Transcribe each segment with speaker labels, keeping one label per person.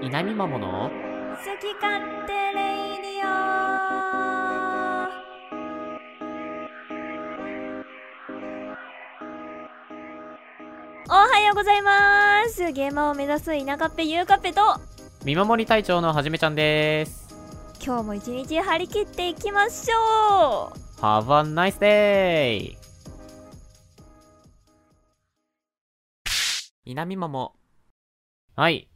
Speaker 1: 稲見まもの
Speaker 2: 好き勝手レイディオおはようございます現場を目指す田舎っぺゆうかっぺと
Speaker 1: 見守り隊長のはじめちゃんです
Speaker 2: 今日も一日張り切っていきましょ
Speaker 1: Have a nice day 稲見まもはい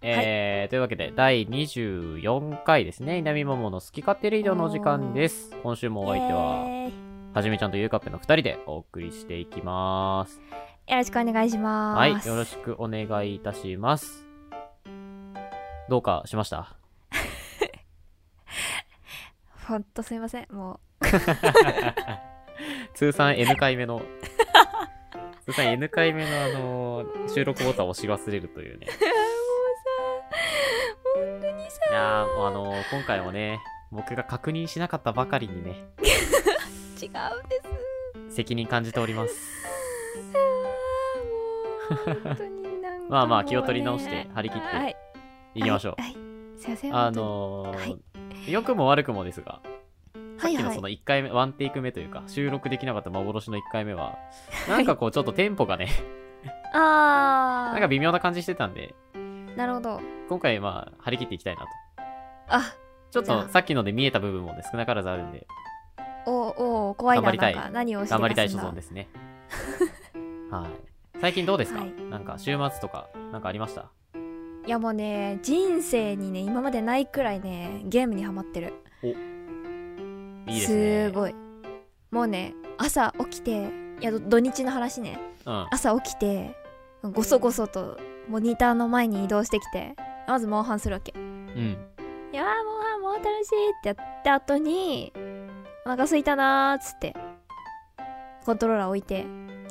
Speaker 1: えーというわけで、第24回ですね。稲見まもの好き勝手リードのお時間です。今週
Speaker 2: う
Speaker 1: もお相手は、
Speaker 2: イエーイ
Speaker 1: はじめちゃんとゆうかっぺの二人でお送りしていきます。
Speaker 2: よろしくお願いします
Speaker 1: はい、よろしくお願いいたします。どうかしました
Speaker 2: ほんとすいません も
Speaker 1: 通算 N 回目の通算 N 回目のあのー収録ボタンを押し忘れるというね
Speaker 2: うもうさ本当にさ
Speaker 1: いやーもうあのー今回もね僕が確認しなかったばかりにね
Speaker 2: 違うんです
Speaker 1: 責任感じております
Speaker 2: あーもう本当になんかも うね
Speaker 1: まあまあ気を取り直して張り切って
Speaker 2: はい
Speaker 1: いきましょう、
Speaker 2: はい、はいすいません
Speaker 1: あのー良くも悪くもですが
Speaker 2: 本当
Speaker 1: さっ
Speaker 2: に
Speaker 1: きの
Speaker 2: はい
Speaker 1: その
Speaker 2: はい
Speaker 1: 1回目、ワンテイク目というか収録できなかった幻の1回目はなんかこうちょっとテンポがね
Speaker 2: あ
Speaker 1: なん
Speaker 2: ー
Speaker 1: か微妙な感じしてたんで
Speaker 2: なるほど
Speaker 1: 今回まあ張り切っていきたいなと
Speaker 2: あ
Speaker 1: ちょっ
Speaker 2: じゃあ
Speaker 1: とさっきので見えた部分もね少なからずあるんで
Speaker 2: おお怖いな
Speaker 1: 頑張りたい
Speaker 2: なんか何をして
Speaker 1: 頑張りたい
Speaker 2: かす
Speaker 1: 所
Speaker 2: んだ
Speaker 1: 存ですね。はい。最近どうですか、
Speaker 2: はい
Speaker 1: なんか週末とか、なんかありました
Speaker 2: いやもうね人生にね今までないくらいねゲームにはまってる
Speaker 1: いいですね。い。
Speaker 2: ごいもうね朝起きていやど土日の話ね
Speaker 1: うん。
Speaker 2: 朝起きてごそごそとモニターの前に移動してきてまずモンハンするわけ
Speaker 1: うん。
Speaker 2: いやーもうあーもう楽しいってやった後にお腹空いたなーっつってコントローラー置いて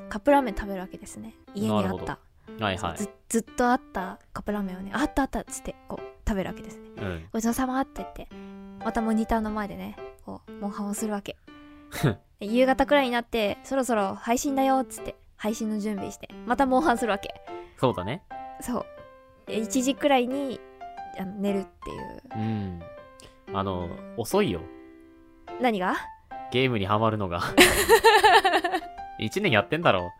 Speaker 2: カップラーメン食べるわけですね家に
Speaker 1: な
Speaker 2: あ
Speaker 1: るほ
Speaker 2: っ
Speaker 1: ど
Speaker 2: た、
Speaker 1: はいはい。
Speaker 2: ずずっとあったカップラーメンをねあったあったっつってこう食べるわけですね
Speaker 1: うん。
Speaker 2: ごちそうさまって言ってまたモニターの前でねこうモンハンをする わけで夕方くらいになってそろそろ配信だよっつって配信の準備してまたモンハンするわけ
Speaker 1: そうだね。
Speaker 2: そうで1時くらいにあの寝るっていう
Speaker 1: うん。あの、遅いよ。
Speaker 2: 何が
Speaker 1: ゲームにハマる のが。1年やってんだろ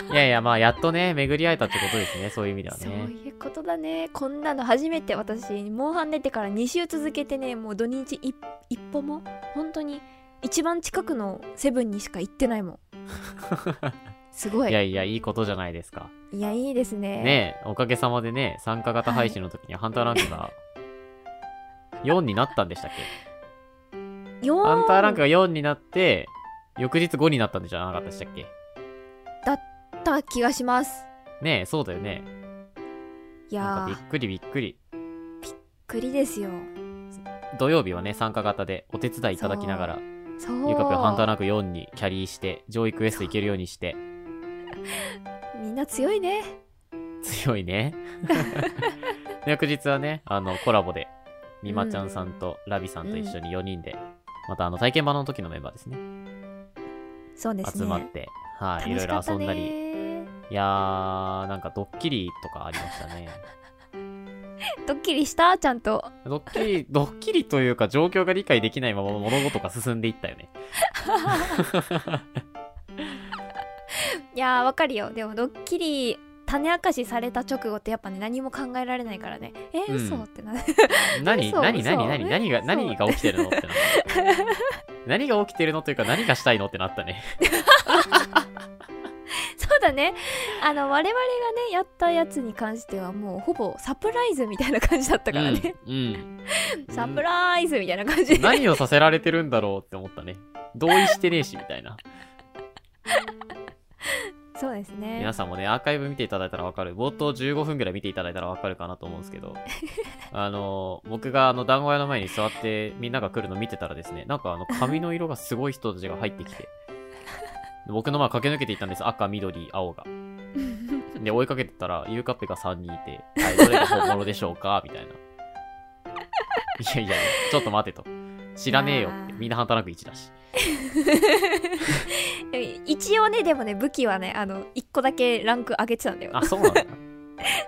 Speaker 1: う。いやいや、まあ、やっとね、巡り会えたってことですね。そういう意味では
Speaker 2: そう
Speaker 1: ね。
Speaker 2: いうことだねこんなの初めて私モンハン出てから2週続けてねもう土日一一歩も本当に一番近くのセブンにしか行ってな いもんすごい
Speaker 1: い
Speaker 2: いや
Speaker 1: やいや、いいことじゃないですか。
Speaker 2: いいですね
Speaker 1: ねえ、おかげさまでね、参加型配信の時にハンターランク が4になったんでしたっけ
Speaker 2: よ
Speaker 1: ハンターランクが4になって、翌日5になったんじゃなかったでしたっけ
Speaker 2: た気がします
Speaker 1: ねえ、そうだよね。
Speaker 2: い
Speaker 1: な
Speaker 2: や
Speaker 1: ん
Speaker 2: ー
Speaker 1: かびっくりびっくり。
Speaker 2: 栗ですよ
Speaker 1: 土曜日はね、参加型でお手伝いいただきながら、
Speaker 2: そう
Speaker 1: ゆうかぴはハンターランク4にキャリーして、上位クエストいけるようにして、
Speaker 2: みんな強いね
Speaker 1: 強い ね。翌日はね、あの、コラボで、みまちゃんさんとラビさんと一緒に4人で、またあの、体験版の時のメンバーですね。
Speaker 2: そうですね
Speaker 1: 集まって、はい、いろいろ
Speaker 2: 楽しか
Speaker 1: 遊ん
Speaker 2: ったね
Speaker 1: だり。いやー、なんかドッキリとかありましたね。
Speaker 2: ドッキリしたちゃんと
Speaker 1: ドッキリ、ドッキリというか状況が理解できないまま物事が進んでいったよね。
Speaker 2: いやーわかるよでもドッキリ種明かしされた直後ってやっぱね何も考えられないからねえー、
Speaker 1: うん
Speaker 2: 嘘ってなる
Speaker 1: 何
Speaker 2: 嘘
Speaker 1: 何
Speaker 2: 嘘
Speaker 1: 何何何が、
Speaker 2: 嘘
Speaker 1: 何が起きてるのってなった。 何が起きてるのというか何がしたいのってなったね。
Speaker 2: そうだねあの我々がねやったやつに関してはもうほぼサプライズみたいな感じだったからね、
Speaker 1: うん。うん
Speaker 2: サプライズみたいな感じで、
Speaker 1: 何をさせられてるんだろうって思ったね。同意してねえし、みたいな。
Speaker 2: そうですね
Speaker 1: 皆さんもね、アーカイブ見ていただいたらわかる。冒頭15分ぐらい見ていただいたらわかるかなと思うんですけど、あの、僕があの、団子屋の前に座ってみんなが来るの見てたらですね、なんかあの、髪の色がすごい人たちが入ってきて、で僕の前駆け抜けていったんです。赤、緑、青が。で、追いかけてったら、ゆうかっぺが3人いて、はい、どれが本物でしょうかみたいな。いやいや、ちょっと待てと。知らねえよって。みんなハンターランク1だし。
Speaker 2: 一応ねでもね武器はねあの1個だけランク上げてたんだよ
Speaker 1: あ、そうなんだ。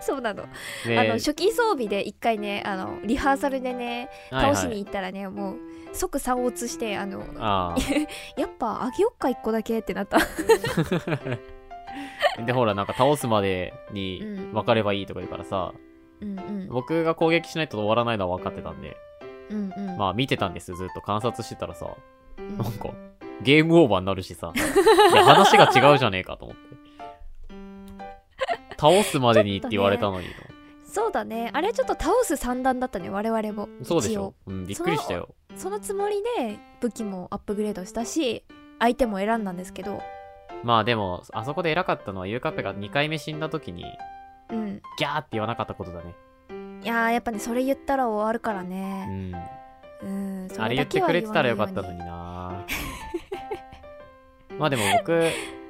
Speaker 2: そうなの,、
Speaker 1: で
Speaker 2: あの初期装備で一回ねあのリハーサルでね
Speaker 1: はいはい
Speaker 2: 倒しに行ったらね、もう即3落ちしてあの
Speaker 1: あ
Speaker 2: やっぱあげよっか1個だけってなった
Speaker 1: あ。で、ほら、なんか倒すまでに
Speaker 2: うん
Speaker 1: 分かればいいとか言うからさ、
Speaker 2: うんうん
Speaker 1: 僕が攻撃しないと終わらないのは分かってたんで、
Speaker 2: うんうん、
Speaker 1: まあ見てたんです、ずっと観察してたらさ、
Speaker 2: うん
Speaker 1: なんか、ゲームオーバーになるしさ、いや話が違うじゃねえかと思って。倒すまでにって言われたのに、
Speaker 2: そうだねあれちょっと倒す算段だったね我々も
Speaker 1: そうでし
Speaker 2: 一
Speaker 1: ょ
Speaker 2: 応、
Speaker 1: うん、びっくりしたよ。
Speaker 2: そのつもりで武器もアップグレードしたし相手も選んだんですけど
Speaker 1: まあでも、あそこで偉かったのは、ゆうかっぺが2回目死んだ時に、
Speaker 2: うん
Speaker 1: ギャーって言わなかったことだね。
Speaker 2: いやーやっぱねそれ言ったら終わるから
Speaker 1: う
Speaker 2: ね
Speaker 1: ん。
Speaker 2: うんそ
Speaker 1: あれ言
Speaker 2: れだ
Speaker 1: って
Speaker 2: け
Speaker 1: く
Speaker 2: は
Speaker 1: れ
Speaker 2: 言
Speaker 1: て
Speaker 2: わ
Speaker 1: た
Speaker 2: な
Speaker 1: らよ
Speaker 2: いよ
Speaker 1: か
Speaker 2: う
Speaker 1: っ
Speaker 2: に
Speaker 1: たのになまあでも僕、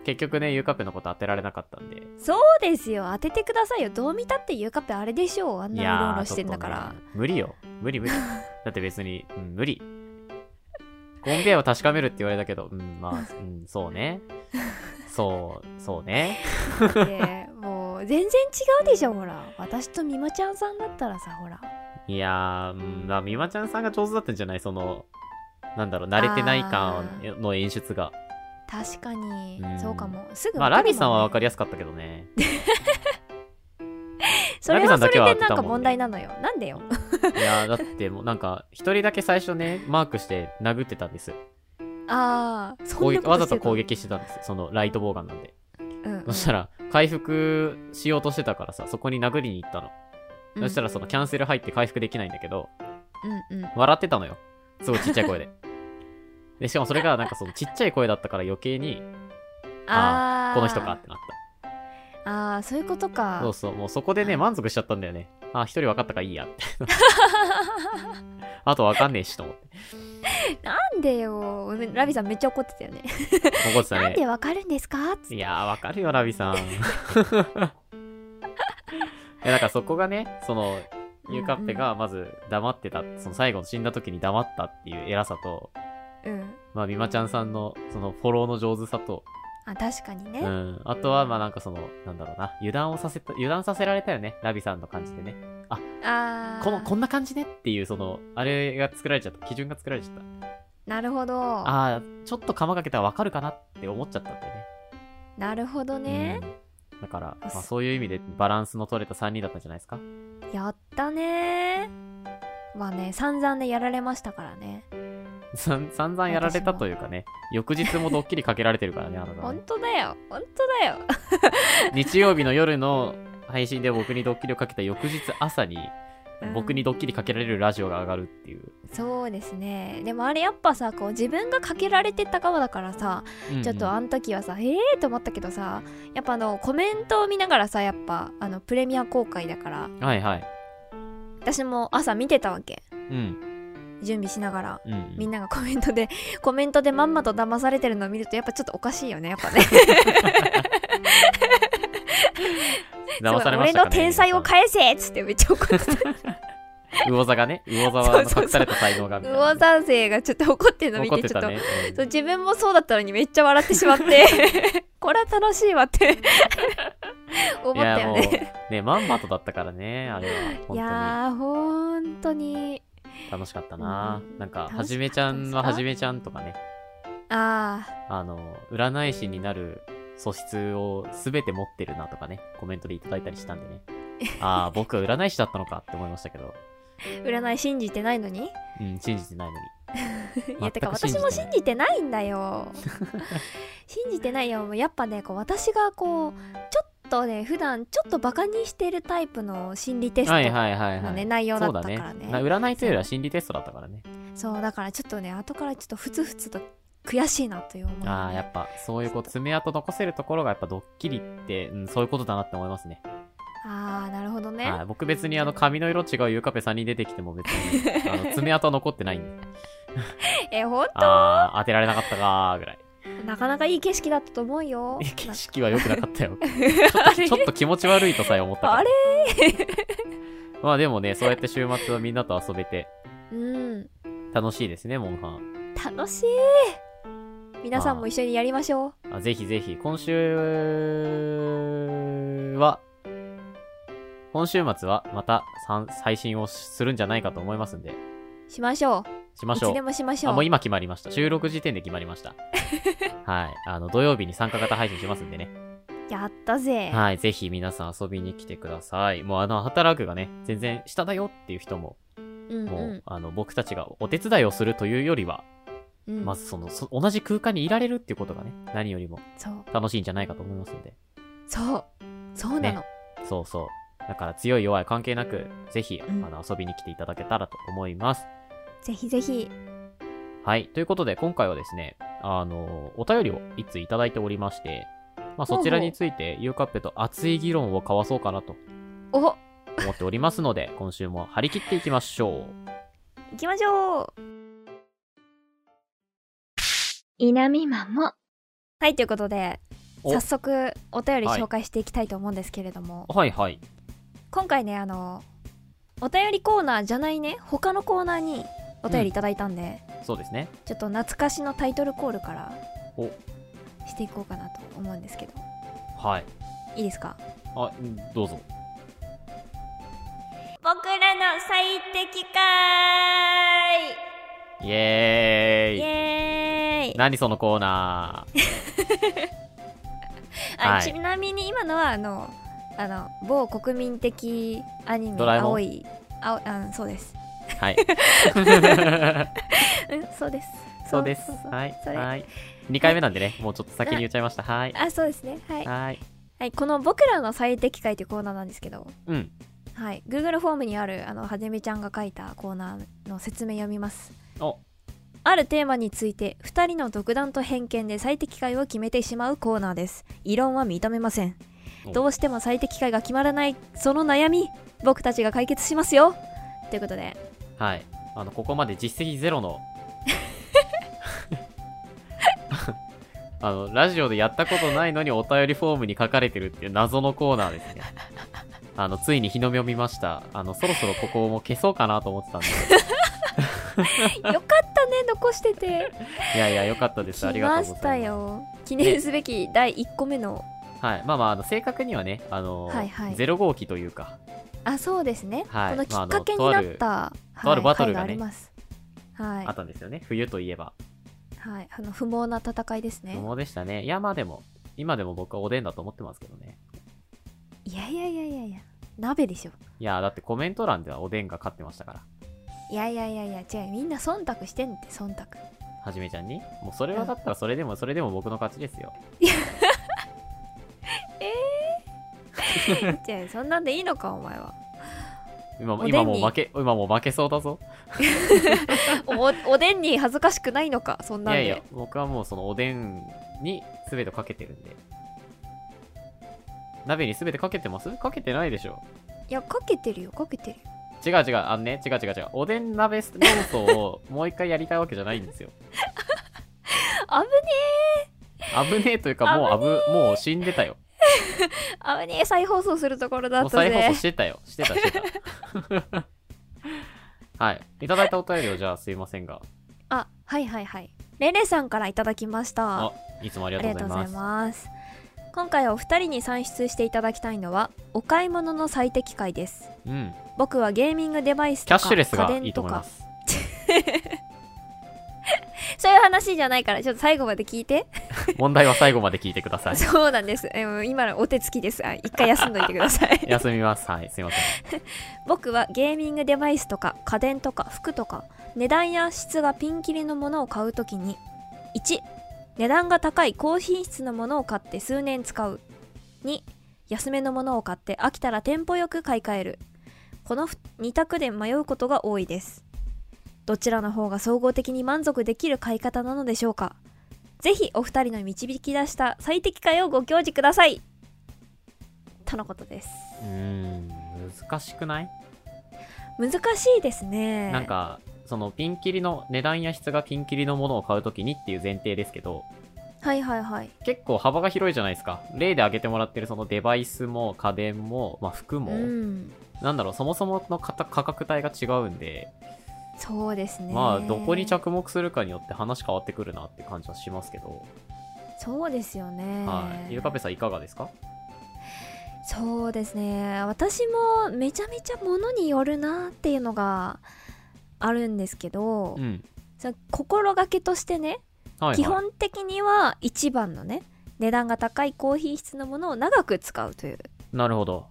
Speaker 1: 結局ね、ゆうかっぺのこと当てられなかったんで。
Speaker 2: そうですよ当ててくださいよどう見たってゆうかっぺあれでしょうあん
Speaker 1: い
Speaker 2: なうろ
Speaker 1: や
Speaker 2: う
Speaker 1: ー、
Speaker 2: ろ
Speaker 1: ち
Speaker 2: し
Speaker 1: ょって
Speaker 2: ん
Speaker 1: と
Speaker 2: だ
Speaker 1: ね
Speaker 2: から、
Speaker 1: 無理よ。無 理無理。だって別に、うん、無理。コンベアを確かめるって言われたけど、うん、まあ、うん、そうね。そう、そうね。
Speaker 2: ってもう全然違うでしょほら私とみまちゃんさんだったらさほら
Speaker 1: いやー、うん、まあ、みまちゃんさんが上手だったんじゃないその、なんだろう、慣れてない感の演出が。
Speaker 2: 確かに、
Speaker 1: うん
Speaker 2: そうかもすぐ
Speaker 1: まあ、ラビさんはわか
Speaker 2: り
Speaker 1: りやすかったけどね。
Speaker 2: それ
Speaker 1: ラビさ
Speaker 2: は
Speaker 1: んだ
Speaker 2: それ
Speaker 1: け
Speaker 2: で
Speaker 1: は
Speaker 2: な
Speaker 1: 当てたもんね
Speaker 2: んか問題なのよな んでよ
Speaker 1: いやー、だってもうなんか、一人だけ最初ね、マークして殴ってたんです。
Speaker 2: ああそ
Speaker 1: 攻
Speaker 2: んな
Speaker 1: 撃
Speaker 2: こと
Speaker 1: わざ
Speaker 2: して
Speaker 1: と
Speaker 2: たの
Speaker 1: 攻撃してたんです。その、ライトボーガンなんで。
Speaker 2: うんうん
Speaker 1: そしたら、回復しようとしてたからさ、そこに殴りに行ったの。
Speaker 2: うん
Speaker 1: そしたらそのキャンセル入って回復できないんだけど、
Speaker 2: うんうん
Speaker 1: 笑ってたのよ。すごいちっちゃい 声で。で、しかもそれがなんかそのちっちゃい声だったから余計に、あ
Speaker 2: あー
Speaker 1: この人かってなっ
Speaker 2: あーそういうこと
Speaker 1: た。そう
Speaker 2: か
Speaker 1: そう、もうそこでね、満足しちゃったんだよね。あ、一人分かったからいい や、みたいな。あと分かんねえし、と思って。
Speaker 2: なんでよラビさんめっちゃ怒ってたよね
Speaker 1: 怒ってた
Speaker 2: なん
Speaker 1: ね。
Speaker 2: でわかるんですかつって
Speaker 1: いやー、分かるよ、ラビ さん。いや、だからそこがね、その、ゆうかっぺがまず黙ってた、その最後の死んだ時に黙ったっていう偉さと、
Speaker 2: うん
Speaker 1: まあ、みまちゃんさんの、その、フォローの上手さと、
Speaker 2: あ確かにね、
Speaker 1: うん。あとは、まあなんかその、なんだろうな。油断をさせた、油断させられたよね。ラビさんの感じでね。
Speaker 2: ああ
Speaker 1: この、こんな感じねっていう、その、あれが作られちゃった。基準が作られちゃった。
Speaker 2: なるほど
Speaker 1: ああ、ちょっと釜かけたらわかるかなって思っちゃったんだよ
Speaker 2: なるほど
Speaker 1: ね。
Speaker 2: ね、
Speaker 1: うん。だから、まあそういう意味でバランスの取れた3人だったんじゃないですか。
Speaker 2: やったねまあね散々ねやられましたからね
Speaker 1: さん散々やられたというかね。翌日もドッキリかけられてるからね、あなた、
Speaker 2: 本
Speaker 1: ね。
Speaker 2: 当だよ本当だよ
Speaker 1: 日曜日の夜の配信で僕にドッキリをかけた翌日朝に
Speaker 2: う、ん
Speaker 1: 僕にドッキリかけられるラジオが上がるっていう。
Speaker 2: そうですねでもあれやっぱさこう自分がかけられてた側だからさ、
Speaker 1: うんうん
Speaker 2: ちょっとあん時はさええー、と思ったけどさやっぱあのコメントを見ながらさやっぱあのプレミア公開だから
Speaker 1: はいはい。
Speaker 2: 私も朝見てたわけ
Speaker 1: うん。
Speaker 2: 準備しながら
Speaker 1: うんうん。
Speaker 2: みんながコメントで コメントでまんまと騙されてるのを見るとやっぱちょっとおかしいよねやっぱね
Speaker 1: 騙されまし
Speaker 2: 俺
Speaker 1: たか、ね、
Speaker 2: の天才を返せっつってめっちゃ怒って
Speaker 1: 魚座がね、魚座は隠された才能がみたいな。
Speaker 2: 魚男性がちょっと怒ってるの見
Speaker 1: 怒って
Speaker 2: てちょ
Speaker 1: た
Speaker 2: っと
Speaker 1: ね。うん
Speaker 2: そう自分もそうだったのにめっちゃ笑ってしまって これは楽しいわって思っ
Speaker 1: いや
Speaker 2: たよ
Speaker 1: も
Speaker 2: ね
Speaker 1: う、ね、まんまとだったからね、あれは。
Speaker 2: い
Speaker 1: 本当
Speaker 2: やーほんとに
Speaker 1: に楽しかったな。
Speaker 2: うん
Speaker 1: なんか、
Speaker 2: 楽しかった
Speaker 1: はじめちゃんは
Speaker 2: で
Speaker 1: は
Speaker 2: すか
Speaker 1: じめちゃんとかね、
Speaker 2: あー
Speaker 1: あの、占い師になる素質をすべて持ってるなとかね、コメントでいただいたりしたんでね。ああ、僕は占い師だったのかって思いましたけど、
Speaker 2: 占い信じてないのに
Speaker 1: うん、信じてないのに。
Speaker 2: いやてか
Speaker 1: 全
Speaker 2: 私
Speaker 1: く
Speaker 2: も
Speaker 1: 信
Speaker 2: 信
Speaker 1: じ
Speaker 2: じてないん だよ信じてないよもうやっぱねこう私がこうちょっとね普段ちょっとバカにしてるタイプの心理テスト
Speaker 1: はい
Speaker 2: の
Speaker 1: はいはいはい。
Speaker 2: ね内容
Speaker 1: そ
Speaker 2: だっ
Speaker 1: う
Speaker 2: た
Speaker 1: だ
Speaker 2: か
Speaker 1: ね。
Speaker 2: らね
Speaker 1: な占いというよりは心理テストだったからね。
Speaker 2: そうだからちょっとね後からちょっとふつふつと悔しいなという思い
Speaker 1: ああ、やっぱ、そういうこう、爪痕残せるところが、やっぱドッキリって、うん、そういうことだなって思いますね。
Speaker 2: あーなるほどね、
Speaker 1: はい。僕別にあの、髪の色違うゆうかぺさんに出てきても別に、あの、 爪痕残ってないんで。
Speaker 2: えほ
Speaker 1: あ
Speaker 2: ん
Speaker 1: あ、当てられなかったかーぐらい。
Speaker 2: なかなかいい景色だったと思うよ
Speaker 1: いや 景色は良くなかったよ。
Speaker 2: あれ
Speaker 1: ちょっと気持ち悪いとさえ思ったから
Speaker 2: あれ
Speaker 1: まあでもね、そうやって週末はみんなと遊べて、
Speaker 2: うん
Speaker 1: 楽しいですね、モンハン。
Speaker 2: 楽しい皆さんも一緒にやりましょう
Speaker 1: あぜひぜひ、今週は、今週末はまたさん配信をするんじゃないかと思いますんで、
Speaker 2: しましょう
Speaker 1: しましょ
Speaker 2: いつで
Speaker 1: う。
Speaker 2: もしましょ
Speaker 1: あ、
Speaker 2: う
Speaker 1: もう今決まりました。収録時点で決まりま した。はい。あの、土曜日に参加型配信しますんでね。
Speaker 2: やったぜ
Speaker 1: はい。ぜひ皆さん遊びに来てください。もうあの、働くがね、全然下だよっていう人も、
Speaker 2: うん
Speaker 1: もう
Speaker 2: う、
Speaker 1: あの、僕たちがお手伝いをするというよりは、
Speaker 2: んうん
Speaker 1: まずその、そ同じ空間にいられるっていうことがね、何よりも
Speaker 2: そう
Speaker 1: 楽しいんじゃないかと思いますので。
Speaker 2: そうそうなの、
Speaker 1: そうそう。だから強い弱い関係なく、ぜひ、あ
Speaker 2: ん
Speaker 1: の、遊びに来ていただけたらと思います。
Speaker 2: ぜひぜひ
Speaker 1: はい。ということで、今回はですね、あの、お便りを一通いただいておりまして、まあ、そちらについて、ゆうかっぺと熱い議論を交わそうかなと
Speaker 2: お
Speaker 1: 思っておりますので、 今週も張り切っていきましょう。
Speaker 2: 行きましょう
Speaker 3: 稲見マンも
Speaker 2: はいということで
Speaker 1: お
Speaker 2: 早速お便り
Speaker 1: はい
Speaker 2: 紹介していきたいと思うんですけれども、
Speaker 1: はいはい。
Speaker 2: 今回ねあのお便りコーナーじゃないね他のコーナーにお便りいただいたんで、
Speaker 1: そうですね。
Speaker 2: ちょっと懐かしのタイトルコールから
Speaker 1: お
Speaker 2: していこうかなと思うんですけど
Speaker 1: はい。
Speaker 2: いいですか
Speaker 1: あ、どうぞ。
Speaker 2: 僕らの最適解
Speaker 1: イエーイ
Speaker 2: イエーイ
Speaker 1: 何そのコーナー。
Speaker 2: あ、
Speaker 1: はい
Speaker 2: ちなみに今のはあのあの某国民的アニメ
Speaker 1: ドラえもん
Speaker 2: 青い青あそうです
Speaker 1: はい。
Speaker 2: うんそうです
Speaker 1: そうです
Speaker 2: そ。う
Speaker 1: はい。
Speaker 2: それ
Speaker 1: はい。2回目なんでね、もうちょっと先に言っちゃいました。はい。
Speaker 2: あそうですねはい、
Speaker 1: はい。
Speaker 2: はい、この「僕らの最適解」というコーナーなんですけど
Speaker 1: うん。
Speaker 2: はい、Google フォームにあるあのはじめちゃんが書いたコーナーの説明読みます
Speaker 1: お、
Speaker 2: あるテーマについて2人の独断と偏見で最適解を決めてしまうコーナーです異論は認めません
Speaker 1: お
Speaker 2: どうしても最適解が決まらないその悩み僕たちが解決しますよというこ とで
Speaker 1: はい。あの、ここまで実績ゼロの。 あの、ラジオでやったことないのにお便りフォームに書かれてるっていう謎のコーナーですね。あの、ついに日の目を見ました。あの、そろそろここも消そうかなと思って たんで。
Speaker 2: よかったね残してて
Speaker 1: いやいや、よかった です。あ
Speaker 2: 来
Speaker 1: りがとう
Speaker 2: ま
Speaker 1: ございます。
Speaker 2: したよ記念すべき第1個目の
Speaker 1: はい。まあまあ、あの正確にはね、あの、
Speaker 2: はいはい
Speaker 1: 0号機というか、
Speaker 2: あそうですね、
Speaker 1: はい
Speaker 2: このき
Speaker 1: まああ
Speaker 2: っ
Speaker 1: の
Speaker 2: かけになった、
Speaker 1: とあるバトル
Speaker 2: 回が
Speaker 1: が
Speaker 2: あ
Speaker 1: ね
Speaker 2: りますはい
Speaker 1: あったんですよね。冬といえば。
Speaker 2: はい、あの不毛な戦いですね
Speaker 1: そうでしたね。いや、まあでも、今でも僕はおでんだと思ってますけどね。
Speaker 2: いやいやいやいやいや鍋でしょ
Speaker 1: いや、だってコメント欄ではおでんが勝ってましたから。
Speaker 2: いやいやいやいや違うみんな忖度してんって忖度
Speaker 1: はじめちゃんに。もうそれはだったらそれでも、それでも僕の勝ちですよ。
Speaker 2: 違うそんなんでいいのかお前は
Speaker 1: 今も、
Speaker 2: おでんに
Speaker 1: 今もう負け、今もう負けそうだぞ。
Speaker 2: おおでんに恥ずかしくないのかそん
Speaker 1: い
Speaker 2: なん
Speaker 1: や
Speaker 2: で
Speaker 1: いや、僕はもうそのおでんに全てをかけてるんで。鍋に全てかけてますかけてないでしょ。
Speaker 2: いやかけてるよかけてるよ
Speaker 1: 違う違う、あのね、違う違う違う。おでん鍋論争をもう一回やりたいわけじゃないんです よ。
Speaker 2: 危ね
Speaker 1: 危ねえというか、もう危、もう死んでたよ。
Speaker 2: え危ねえ再放送するところだ
Speaker 1: も
Speaker 2: っ
Speaker 1: う
Speaker 2: た
Speaker 1: 再放
Speaker 2: ぜ
Speaker 1: 送してたよ。してた、してた。 はい。いただいたお便りをじゃあすいませんが、
Speaker 2: あはいはいはいレレさんからいただきました
Speaker 1: あいつもあり
Speaker 2: あ
Speaker 1: がと
Speaker 2: り
Speaker 1: う
Speaker 2: が
Speaker 1: ご
Speaker 2: と
Speaker 1: ざ
Speaker 2: う
Speaker 1: い
Speaker 2: ござ
Speaker 1: ま
Speaker 2: い
Speaker 1: す。
Speaker 2: ます今回お二人に算出していただきたいのはお買い物の最適解です
Speaker 1: うん。
Speaker 2: 僕はゲーミングデバイス
Speaker 1: キャ
Speaker 2: と
Speaker 1: ッシュレス
Speaker 2: か
Speaker 1: が
Speaker 2: 家
Speaker 1: いい
Speaker 2: 電
Speaker 1: と
Speaker 2: と
Speaker 1: 思いま
Speaker 2: か
Speaker 1: す。
Speaker 2: そういう話じゃないからちょっと最後まで聞いて
Speaker 1: 問題は最後まで聞いてください。
Speaker 2: そうなんです、えー今のお手つきですあ一回休んどいてください
Speaker 1: 休みます。はい、すいません。
Speaker 2: 僕はゲーミングデバイスとか家電とか服とか値段や質がピンキリのものを買うときに1値段が高い高品質のものを買って数年使う2安めのものを買って飽きたらテンポよく買い替えるこの2択で迷うことが多いですどちらの方が総合的に満足できる買い方なのでしょうかぜひお二人の導き出した最適解をご教示くださいとのことです
Speaker 1: うーん、難しくない
Speaker 2: 難しいですね
Speaker 1: なんか、そのピンキリの、値段や質がピンキリのものを買うときにっていう前提ですけど、
Speaker 2: はいはいはい
Speaker 1: 結構幅が広いじゃないですか。例で挙げてもらってるそのデバイスも家電も、まあ服も、
Speaker 2: うん、
Speaker 1: なんだろう、そもそもの価価格帯が違うんで、
Speaker 2: そうですね
Speaker 1: まあどこに着目するかによって話変わってくるなって感じはしますけど、
Speaker 2: そうですよね
Speaker 1: はい。ゆうかぺさんいかがですか
Speaker 2: そうですね私もめちゃめちゃものによるなっていうのがあるんですけど、
Speaker 1: うん。
Speaker 2: その心がけとしてね、
Speaker 1: はい、はい。
Speaker 2: 基本的には一番のね値段が高い高品質のものを長く使うという
Speaker 1: なるほど。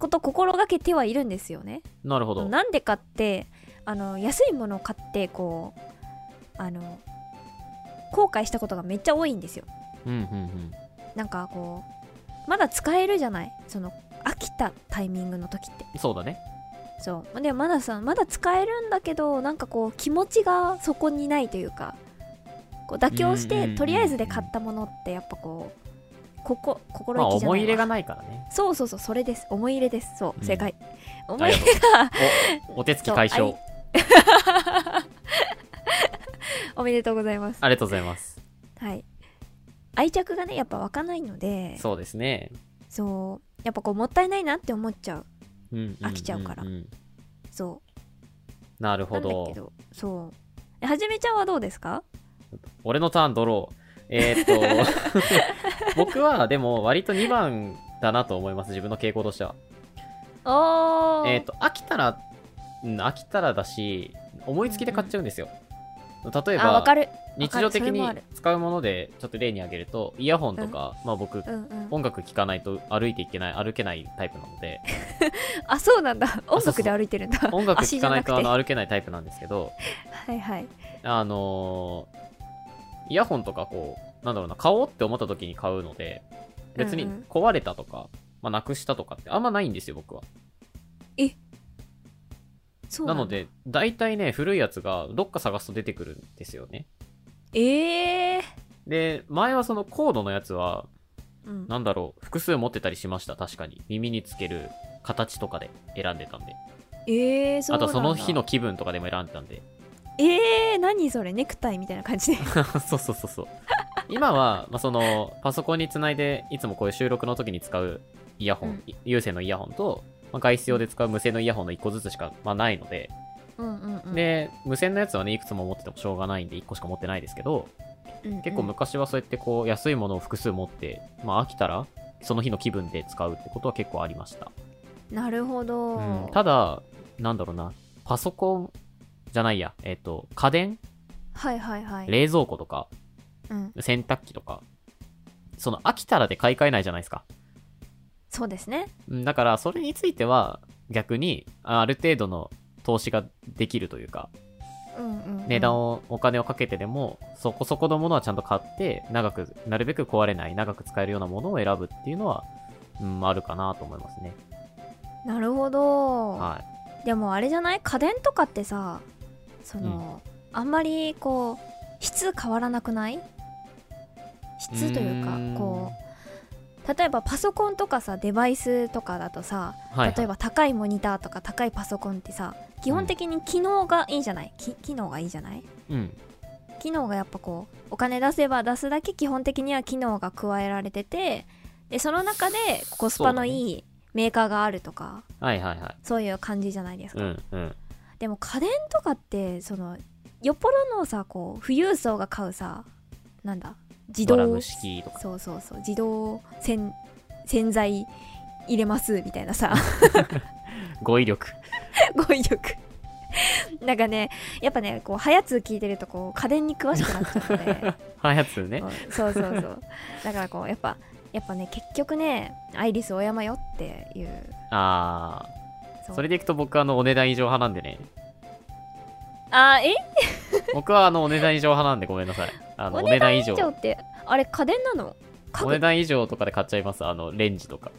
Speaker 2: ことを心がけてはいるんですよね。
Speaker 1: なるほど。
Speaker 2: なんでかってあの安いものを買ってこうあの後悔したことがめっちゃ多いんですよ。
Speaker 1: うんうんうん。
Speaker 2: なんかこうまだ使えるじゃないその飽きたタイミングの時って
Speaker 1: そうだね。
Speaker 2: そうでまださまだ使えるんだけどなんかこう気持ちがそこにないというかこう妥協し
Speaker 1: うんうんう
Speaker 2: て
Speaker 1: んうん
Speaker 2: とりあえずで買ったものってやっぱこうここ
Speaker 1: まあ
Speaker 2: 心意気じゃないわ
Speaker 1: 思い入れがないからね。
Speaker 2: そうそうそうそれです思い入れですそう、
Speaker 1: うん
Speaker 2: 正解思
Speaker 1: あ
Speaker 2: い
Speaker 1: り
Speaker 2: 入
Speaker 1: が
Speaker 2: れ
Speaker 1: とうおお手つき解
Speaker 2: そう
Speaker 1: 消。
Speaker 2: おめでとうございます
Speaker 1: ありがとうございます。
Speaker 2: はい愛着がねやっぱ湧かないので
Speaker 1: そうですね。
Speaker 2: そうやっぱこうもったいないなって思っちゃう
Speaker 1: うんうんんん
Speaker 2: 飽きちゃうから
Speaker 1: ん
Speaker 2: そう
Speaker 1: なる
Speaker 2: な
Speaker 1: ほ
Speaker 2: んだ
Speaker 1: ど
Speaker 2: け。どそうえはじめちゃんはどうですか
Speaker 1: 俺のターンドロー。えーっ と、僕はでも割と2番だなと思います、自分の傾向としては。
Speaker 2: おー
Speaker 1: えーっと、飽きたら、うん飽きたらだし、思いつきで買っちゃうんですよ。例え
Speaker 2: あわ
Speaker 1: ば
Speaker 2: か、る
Speaker 1: 日常的
Speaker 2: わかるそれ
Speaker 1: に
Speaker 2: もある
Speaker 1: 使うもので、ちょっと例に挙げると、イヤホンとか、まあ僕、
Speaker 2: うんうん
Speaker 1: 音楽聴かないと歩いていけない、歩けないタイプなの で、
Speaker 2: あそうなんだ
Speaker 1: そう
Speaker 2: 音楽で歩いてるんだ
Speaker 1: 音楽聴
Speaker 2: 足じ
Speaker 1: か
Speaker 2: ゃ
Speaker 1: な
Speaker 2: ないくて
Speaker 1: とあの歩けないタイプなんですけど、
Speaker 2: はいはい
Speaker 1: あのーイヤホンとかこう、なんだろうな、買おうって思った時に買うので、別に
Speaker 2: うんうん
Speaker 1: 壊れたとか、まあ、なくしたとかってあんまないんですよ、僕は。
Speaker 2: そう
Speaker 1: な
Speaker 2: なんだ
Speaker 1: ので、大体ね、古いやつがどっか探すと出てくるんですよね。
Speaker 2: ええ
Speaker 1: で、前はそのコードのやつは、
Speaker 2: ーうん、
Speaker 1: なんだろう、複数持ってたりしました、確かに。耳につける形とかで選んでたんで。
Speaker 2: ええー、そう
Speaker 1: あ
Speaker 2: なんだ
Speaker 1: とその日の気分とかでも選んでたんで。
Speaker 2: ええー、何それネクタイみたいな感じ で
Speaker 1: そうそうそうそう。今は、まあ、その、パソコンにつないで、いつもこういう収録の時に使うイヤホン、
Speaker 2: うん
Speaker 1: い有線のイヤホンと、まあ、外出用で使う無線のイヤホンの1個ずつしか、まあ、ないので、
Speaker 2: うんうんうん
Speaker 1: で、無線のやつはね、いくつも持っててもしょうがないんで、1個しか持ってないですけど、
Speaker 2: うんうん
Speaker 1: 結構昔はそうやってこう、安いものを複数持って、まあ、飽きたら、その日の気分で使うってことは結構ありました。
Speaker 2: なるほど、
Speaker 1: うん、ただ、なんだろうな、パソコンじゃないや、えっ、と、家電
Speaker 2: はいはいはい、
Speaker 1: 冷蔵庫とか、
Speaker 2: うん、
Speaker 1: 洗濯機とか、その飽きたらで買い替えないじゃないですか。
Speaker 2: そうですね
Speaker 1: うんだから、それについては、逆に、あある程度の投資ができるというか、
Speaker 2: うんうん、うん、
Speaker 1: 値段を、お金をかけてでも、そこそこのものはちゃんと買って、長く、なるべく壊れない、長く使えるようなものを選ぶっていうのは、うん、あるかなと思いますね。
Speaker 2: なるほど、
Speaker 1: はい。
Speaker 2: でもあれじゃない家電とかってさその、あんまりこう質変わらなくない質というか
Speaker 1: ーん
Speaker 2: こう例えばパソコンとかさデバイスとかだとさ、
Speaker 1: はい、はい。
Speaker 2: 例えば高いモニターとか高いパソコンってさ基本的に機能がいいじゃない、き機能がいいじゃない
Speaker 1: うん。
Speaker 2: 機能がやっぱこうお金出せば出すだけ基本的には機能が加えられててでその中でコスパのいいメーカーがあるとか
Speaker 1: はいはいはい。
Speaker 2: そういう感じじゃないですか
Speaker 1: う、んうん。
Speaker 2: でも家電とかってそのよっぽどのさこう富裕層が買うさなんだ自
Speaker 1: ドラム
Speaker 2: 動
Speaker 1: 式とか。
Speaker 2: そうそうそう自動洗洗剤入れますみたいなさ
Speaker 1: 語彙力。
Speaker 2: 語彙力なんかねやっぱねこう早通聞いてるとこう家電に詳しくなっちゃうので
Speaker 1: 開発ね。
Speaker 2: うんそうそうそうだからこうやっぱやっぱね結局ねアイリスオーヤマよっていう
Speaker 1: あ
Speaker 2: そ
Speaker 1: ー。
Speaker 2: う
Speaker 1: それでいくと僕、あの、お値段以上派なんでね。
Speaker 2: あえ
Speaker 1: 僕はあのお値段以上派なんでごめんなさい。あのお
Speaker 2: お
Speaker 1: 値
Speaker 2: 値
Speaker 1: 段
Speaker 2: 段
Speaker 1: 以
Speaker 2: 以
Speaker 1: 上。
Speaker 2: 上ってあれ家電なの家
Speaker 1: お
Speaker 2: 具
Speaker 1: 値段以上とかで買っちゃいます。あの、レンジとか。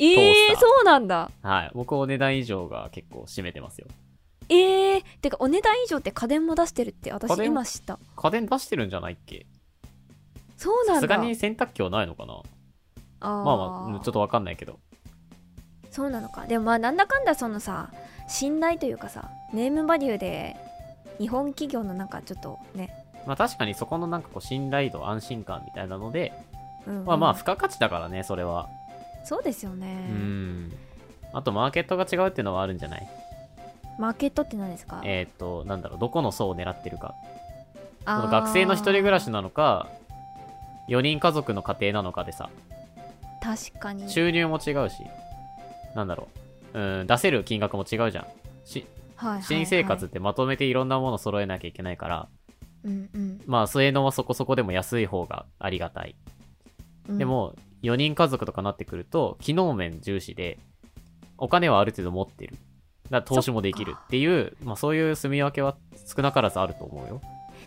Speaker 2: え
Speaker 1: トース
Speaker 2: え
Speaker 1: ター
Speaker 2: そうなんだ
Speaker 1: はい。僕お値段以上が結構占めてますよ。
Speaker 2: えー、てかお値段以上って家電も出してるって
Speaker 1: 家
Speaker 2: 私
Speaker 1: 電
Speaker 2: 今知った
Speaker 1: 家電出してるんじゃないっけ
Speaker 2: そう
Speaker 1: さ
Speaker 2: なん
Speaker 1: す
Speaker 2: だ
Speaker 1: がに洗濯機はないのかな
Speaker 2: あー
Speaker 1: まあまあうん、ちょっとわかんないけど。
Speaker 2: そうなのかでもまあなんだかんだそのさ信頼というかさネームバリューで日本企業のなんかちょっとね、
Speaker 1: まあ確かにそこのなんかこう信頼度、安心感みたいなので、
Speaker 2: うんうん
Speaker 1: まあまあ付加価値だからね、それは。
Speaker 2: そうですよ
Speaker 1: う
Speaker 2: ね、
Speaker 1: ん。あとマーケットが違うっていうのはあるんじゃない
Speaker 2: マーケットって何ですか、
Speaker 1: えっ、ー、と、なんだろう、どこの層を狙ってるか。そ
Speaker 2: あー
Speaker 1: の学生の一人暮らしなのか、4人家族の家庭なのかでさ、
Speaker 2: 確かに
Speaker 1: 収入も違うし、なんだろう。うん、出せる金額も違うじゃん。し、
Speaker 2: はいはいはい
Speaker 1: 新生活ってまとめていろんなもの揃えなきゃいけないから、
Speaker 2: うんうん
Speaker 1: まあ、末のはそこそこでも安い方がありがたい。
Speaker 2: うん
Speaker 1: でも、4人家族とかなってくると、機能面重視で、お金はある程度持ってる。だから投資もできるっていう、まあそういう住み分けは少なからずあると思うよ。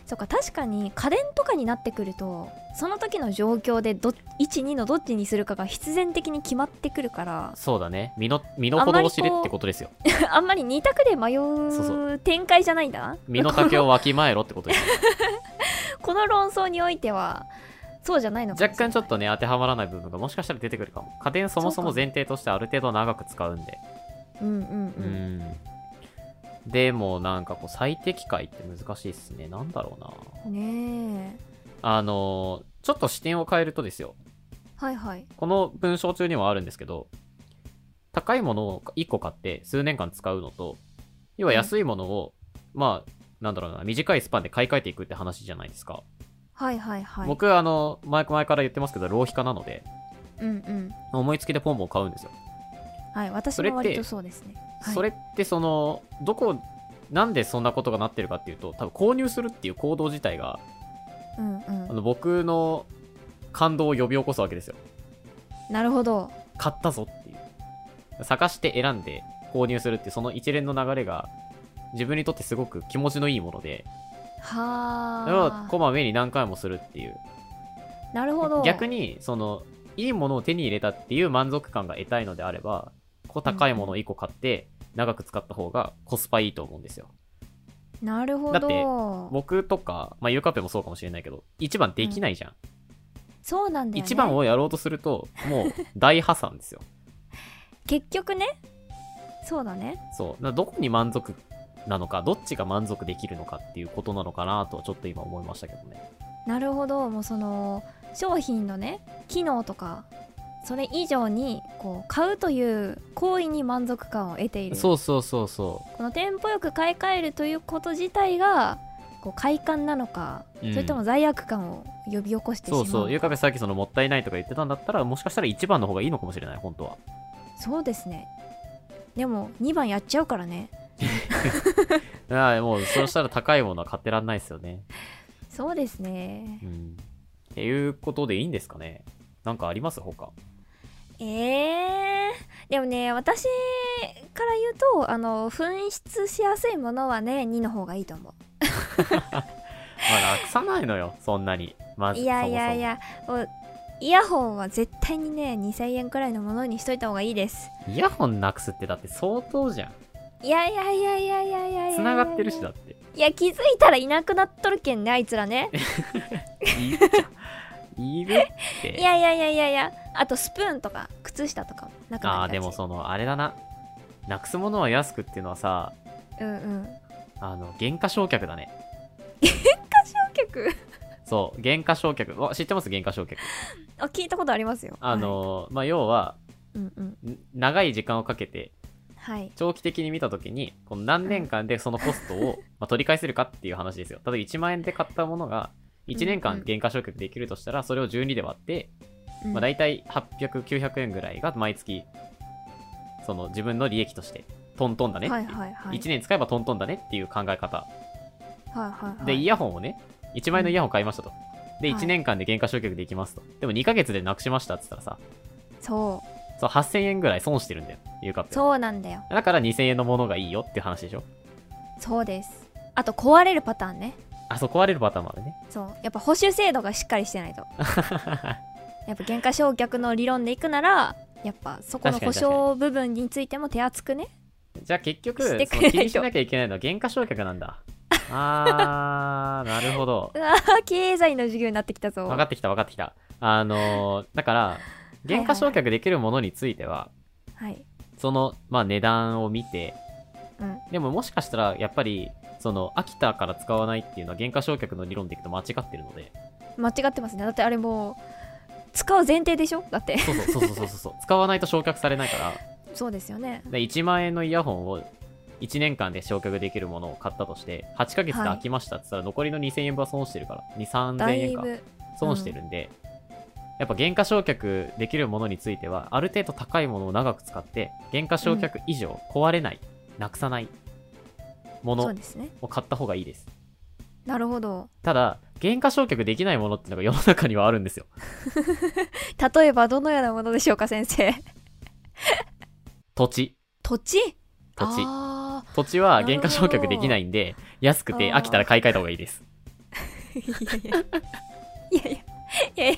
Speaker 2: そっか確かに家電とかになってくるとその時の状況でど12のどっちにするかが必然的に決まってくるから
Speaker 1: そうだね。身の、身の程を知れってことですよ。
Speaker 2: あんまり2択で迷
Speaker 1: そうそう
Speaker 2: 展開じゃないんだな
Speaker 1: 身の丈をわきまえろってことですよ。
Speaker 2: この論争においてはそうじゃないのかも
Speaker 1: 若
Speaker 2: しれ
Speaker 1: 干
Speaker 2: ない
Speaker 1: ちょっとね、当てはまらない部分がもしかしたら出てくるかも。家電そもそも前提としてある程度長く使うんで。
Speaker 2: うんうんう
Speaker 1: うんん。でもなんかこう最適解って難しいっすね。なんだろうな。
Speaker 2: ねえ
Speaker 1: あのーちょっと視点を変えるとですよ。
Speaker 2: はいはい
Speaker 1: この文章中にもあるんですけど、高いものを1個買って数年間使うのと、要は安いものを、まあ、なんだろうな、短いスパンで買い替えていくって話じゃないですか。
Speaker 2: はいはいはい
Speaker 1: 僕、あの、前前から言ってますけど、浪費家なので、
Speaker 2: うんうん
Speaker 1: 思いつきでポンポン買うんですよ。
Speaker 2: はい私
Speaker 1: それっ
Speaker 2: も
Speaker 1: て
Speaker 2: 割とそうですねはい
Speaker 1: それって、その、どこ、なんでそんなことがなってるかっていうと、多分購入するっていう行動自体が、
Speaker 2: うん
Speaker 1: あ
Speaker 2: うん
Speaker 1: の僕の感動を呼び起こすわけですよ。
Speaker 2: なるほど
Speaker 1: 買ったぞっていう。探して選んで購入するってその一連の流れが自分にとってすごく気持ちのいいもので、それを
Speaker 2: は
Speaker 1: こまめに何回もするっていう。
Speaker 2: あなるほど
Speaker 1: 逆に、その、いいものを手に入れたっていう満足感が得たいのであれば、こう高いものを1個買って長く使った方がコスパいいと思うんですよ。
Speaker 2: なるほ
Speaker 1: だって
Speaker 2: ど
Speaker 1: 僕とか、まあ、ゆうかぺもそうかもしれないけど、一番できないじゃん。
Speaker 2: そうなんだよね
Speaker 1: 一番をやろうとすると、もう大破産ですよ。
Speaker 2: 結局ねそうだね
Speaker 1: そう。などこに満足なのか、どっちが満足できるのかっていうことなのかなとはちょっと今思いましたけどね。
Speaker 2: なるほどもうその商品のね機能とかそれ以上にこう買うという行為に満足感を得ている
Speaker 1: そうそうそうそ
Speaker 2: このテンポよく買い替えるということ自体がこう快感なのか、
Speaker 1: うん
Speaker 2: それとも罪悪感を呼び起こして
Speaker 1: う。
Speaker 2: しま
Speaker 1: そううそう。ゆう
Speaker 2: か
Speaker 1: かべさっきそのもったいないとか言ってたんだったら、もしかしたら1番の方がいいのかもしれない、本当は。
Speaker 2: そうですねでも2番やっちゃうからね
Speaker 1: ああ、もう、そうしたら高いものは買ってらんないですよね。
Speaker 2: そうですね
Speaker 1: うん。っていうことでいいんですかねなんかあります他。
Speaker 2: えー、でもね私から言うとあの紛失しやすいものはね2の方がいいと思う
Speaker 1: まあ、楽さないのよ、そんなに。まず、
Speaker 2: いやいやいやもうイヤホンは絶対にね2000円くらいのものにしといた方がいいです
Speaker 1: そもそも。イヤホンなくすってだって相当じゃん。
Speaker 2: いやいやいやいやいやいやいや
Speaker 1: 繋がってるしだって。
Speaker 2: いや気づいたらいなくなっとるけんねあいつらね
Speaker 1: いるじゃん。いるって。
Speaker 2: いやいやいやいやいやあとスプーンとか靴下とかもなくなり
Speaker 1: あ
Speaker 2: が
Speaker 1: あ
Speaker 2: ち
Speaker 1: でもそのあれだななくすものは安くっていうのはさ
Speaker 2: うんうん
Speaker 1: あの原価償却だね
Speaker 2: 結局
Speaker 1: そう原価償却わ知ってます原価償却
Speaker 2: あ聞いたことありますよ
Speaker 1: あ
Speaker 2: は
Speaker 1: の、まあ要はい
Speaker 2: うんうん
Speaker 1: ん長い時間をかけて
Speaker 2: はい
Speaker 1: 長期的に見た時にこの何年間でそのコストを、まあ、取り返せるかっていう話ですよ例えば1万円で買ったものが1年
Speaker 2: うんう
Speaker 1: 間
Speaker 2: ん
Speaker 1: 原価償却できるとしたらそれを12で割って、
Speaker 2: うん
Speaker 1: まあ、大体800900円ぐらいが毎月その自分の利益としてトントンだねって、
Speaker 2: はいいうはいはい
Speaker 1: 1年使えばトントンだねっていう考え方
Speaker 2: はいはいはい
Speaker 1: で、イヤホンをね、1枚のイヤホン買いましたと。で、
Speaker 2: はい
Speaker 1: 1年間で原価償却できますと。でも2ヶ月でなくしましたって言ったらさ、
Speaker 2: そう
Speaker 1: そう8000円ぐらい損してるんだよ、いうかって。
Speaker 2: そうなんだよ
Speaker 1: だから2000円のものがいいよっていう話でしょ。
Speaker 2: そうですあと壊れるパターンね
Speaker 1: あ、そう壊れるパターンまでね。
Speaker 2: そうやっぱ補修制度がしっかりしてな いとやっぱ減価償却の理論でいくならやっぱそこ
Speaker 1: 確か
Speaker 2: の保
Speaker 1: に確かに
Speaker 2: 証部分についても手厚くね
Speaker 1: じゃあ結局、そ
Speaker 2: し
Speaker 1: の
Speaker 2: てくれない
Speaker 1: 気
Speaker 2: と
Speaker 1: にしなきゃいけないのは原価償却なんだ。あー、なるほど
Speaker 2: う。わー経済の授業になってきたぞ
Speaker 1: 分かってきた分かってきた。あのーだ から、原価償却できるものについては、
Speaker 2: はい
Speaker 1: その、まあ、値段を見て、
Speaker 2: うん
Speaker 1: でももしかしたらやっぱりその秋田から使わないっていうのは原価償却の理論でいくと間違ってるの で
Speaker 2: 間違ってますねだってあれもう使う前提でしょだって
Speaker 1: そうそうそうそうそうそう使わないと償却されないから
Speaker 2: そうですよね
Speaker 1: で1万円のイヤホンを1年間で償却できるものを買ったとして8ヶ月で飽きましたって言ったら残りの2000円分は損してるから23000
Speaker 2: だ
Speaker 1: 円
Speaker 2: い
Speaker 1: か
Speaker 2: ぶ
Speaker 1: 損してるんで、やっぱ減価償却できるものについては、ある程度高いものを長く使って、減価償却以上壊れない、なくさないも
Speaker 2: そう
Speaker 1: の
Speaker 2: ですね
Speaker 1: を買った方がいいです。
Speaker 2: なるほど
Speaker 1: ただ、減価償却できないものってのが世の中にはあるんですよ。
Speaker 2: 例えばどのようなものでしょうか先生
Speaker 1: 土地。
Speaker 2: 土地
Speaker 1: 土地。
Speaker 2: あ
Speaker 1: 土地は減価償却できないんで、安くて
Speaker 2: あー
Speaker 1: 飽きたら買い替えた方がいいです。
Speaker 2: ーいやいやいやい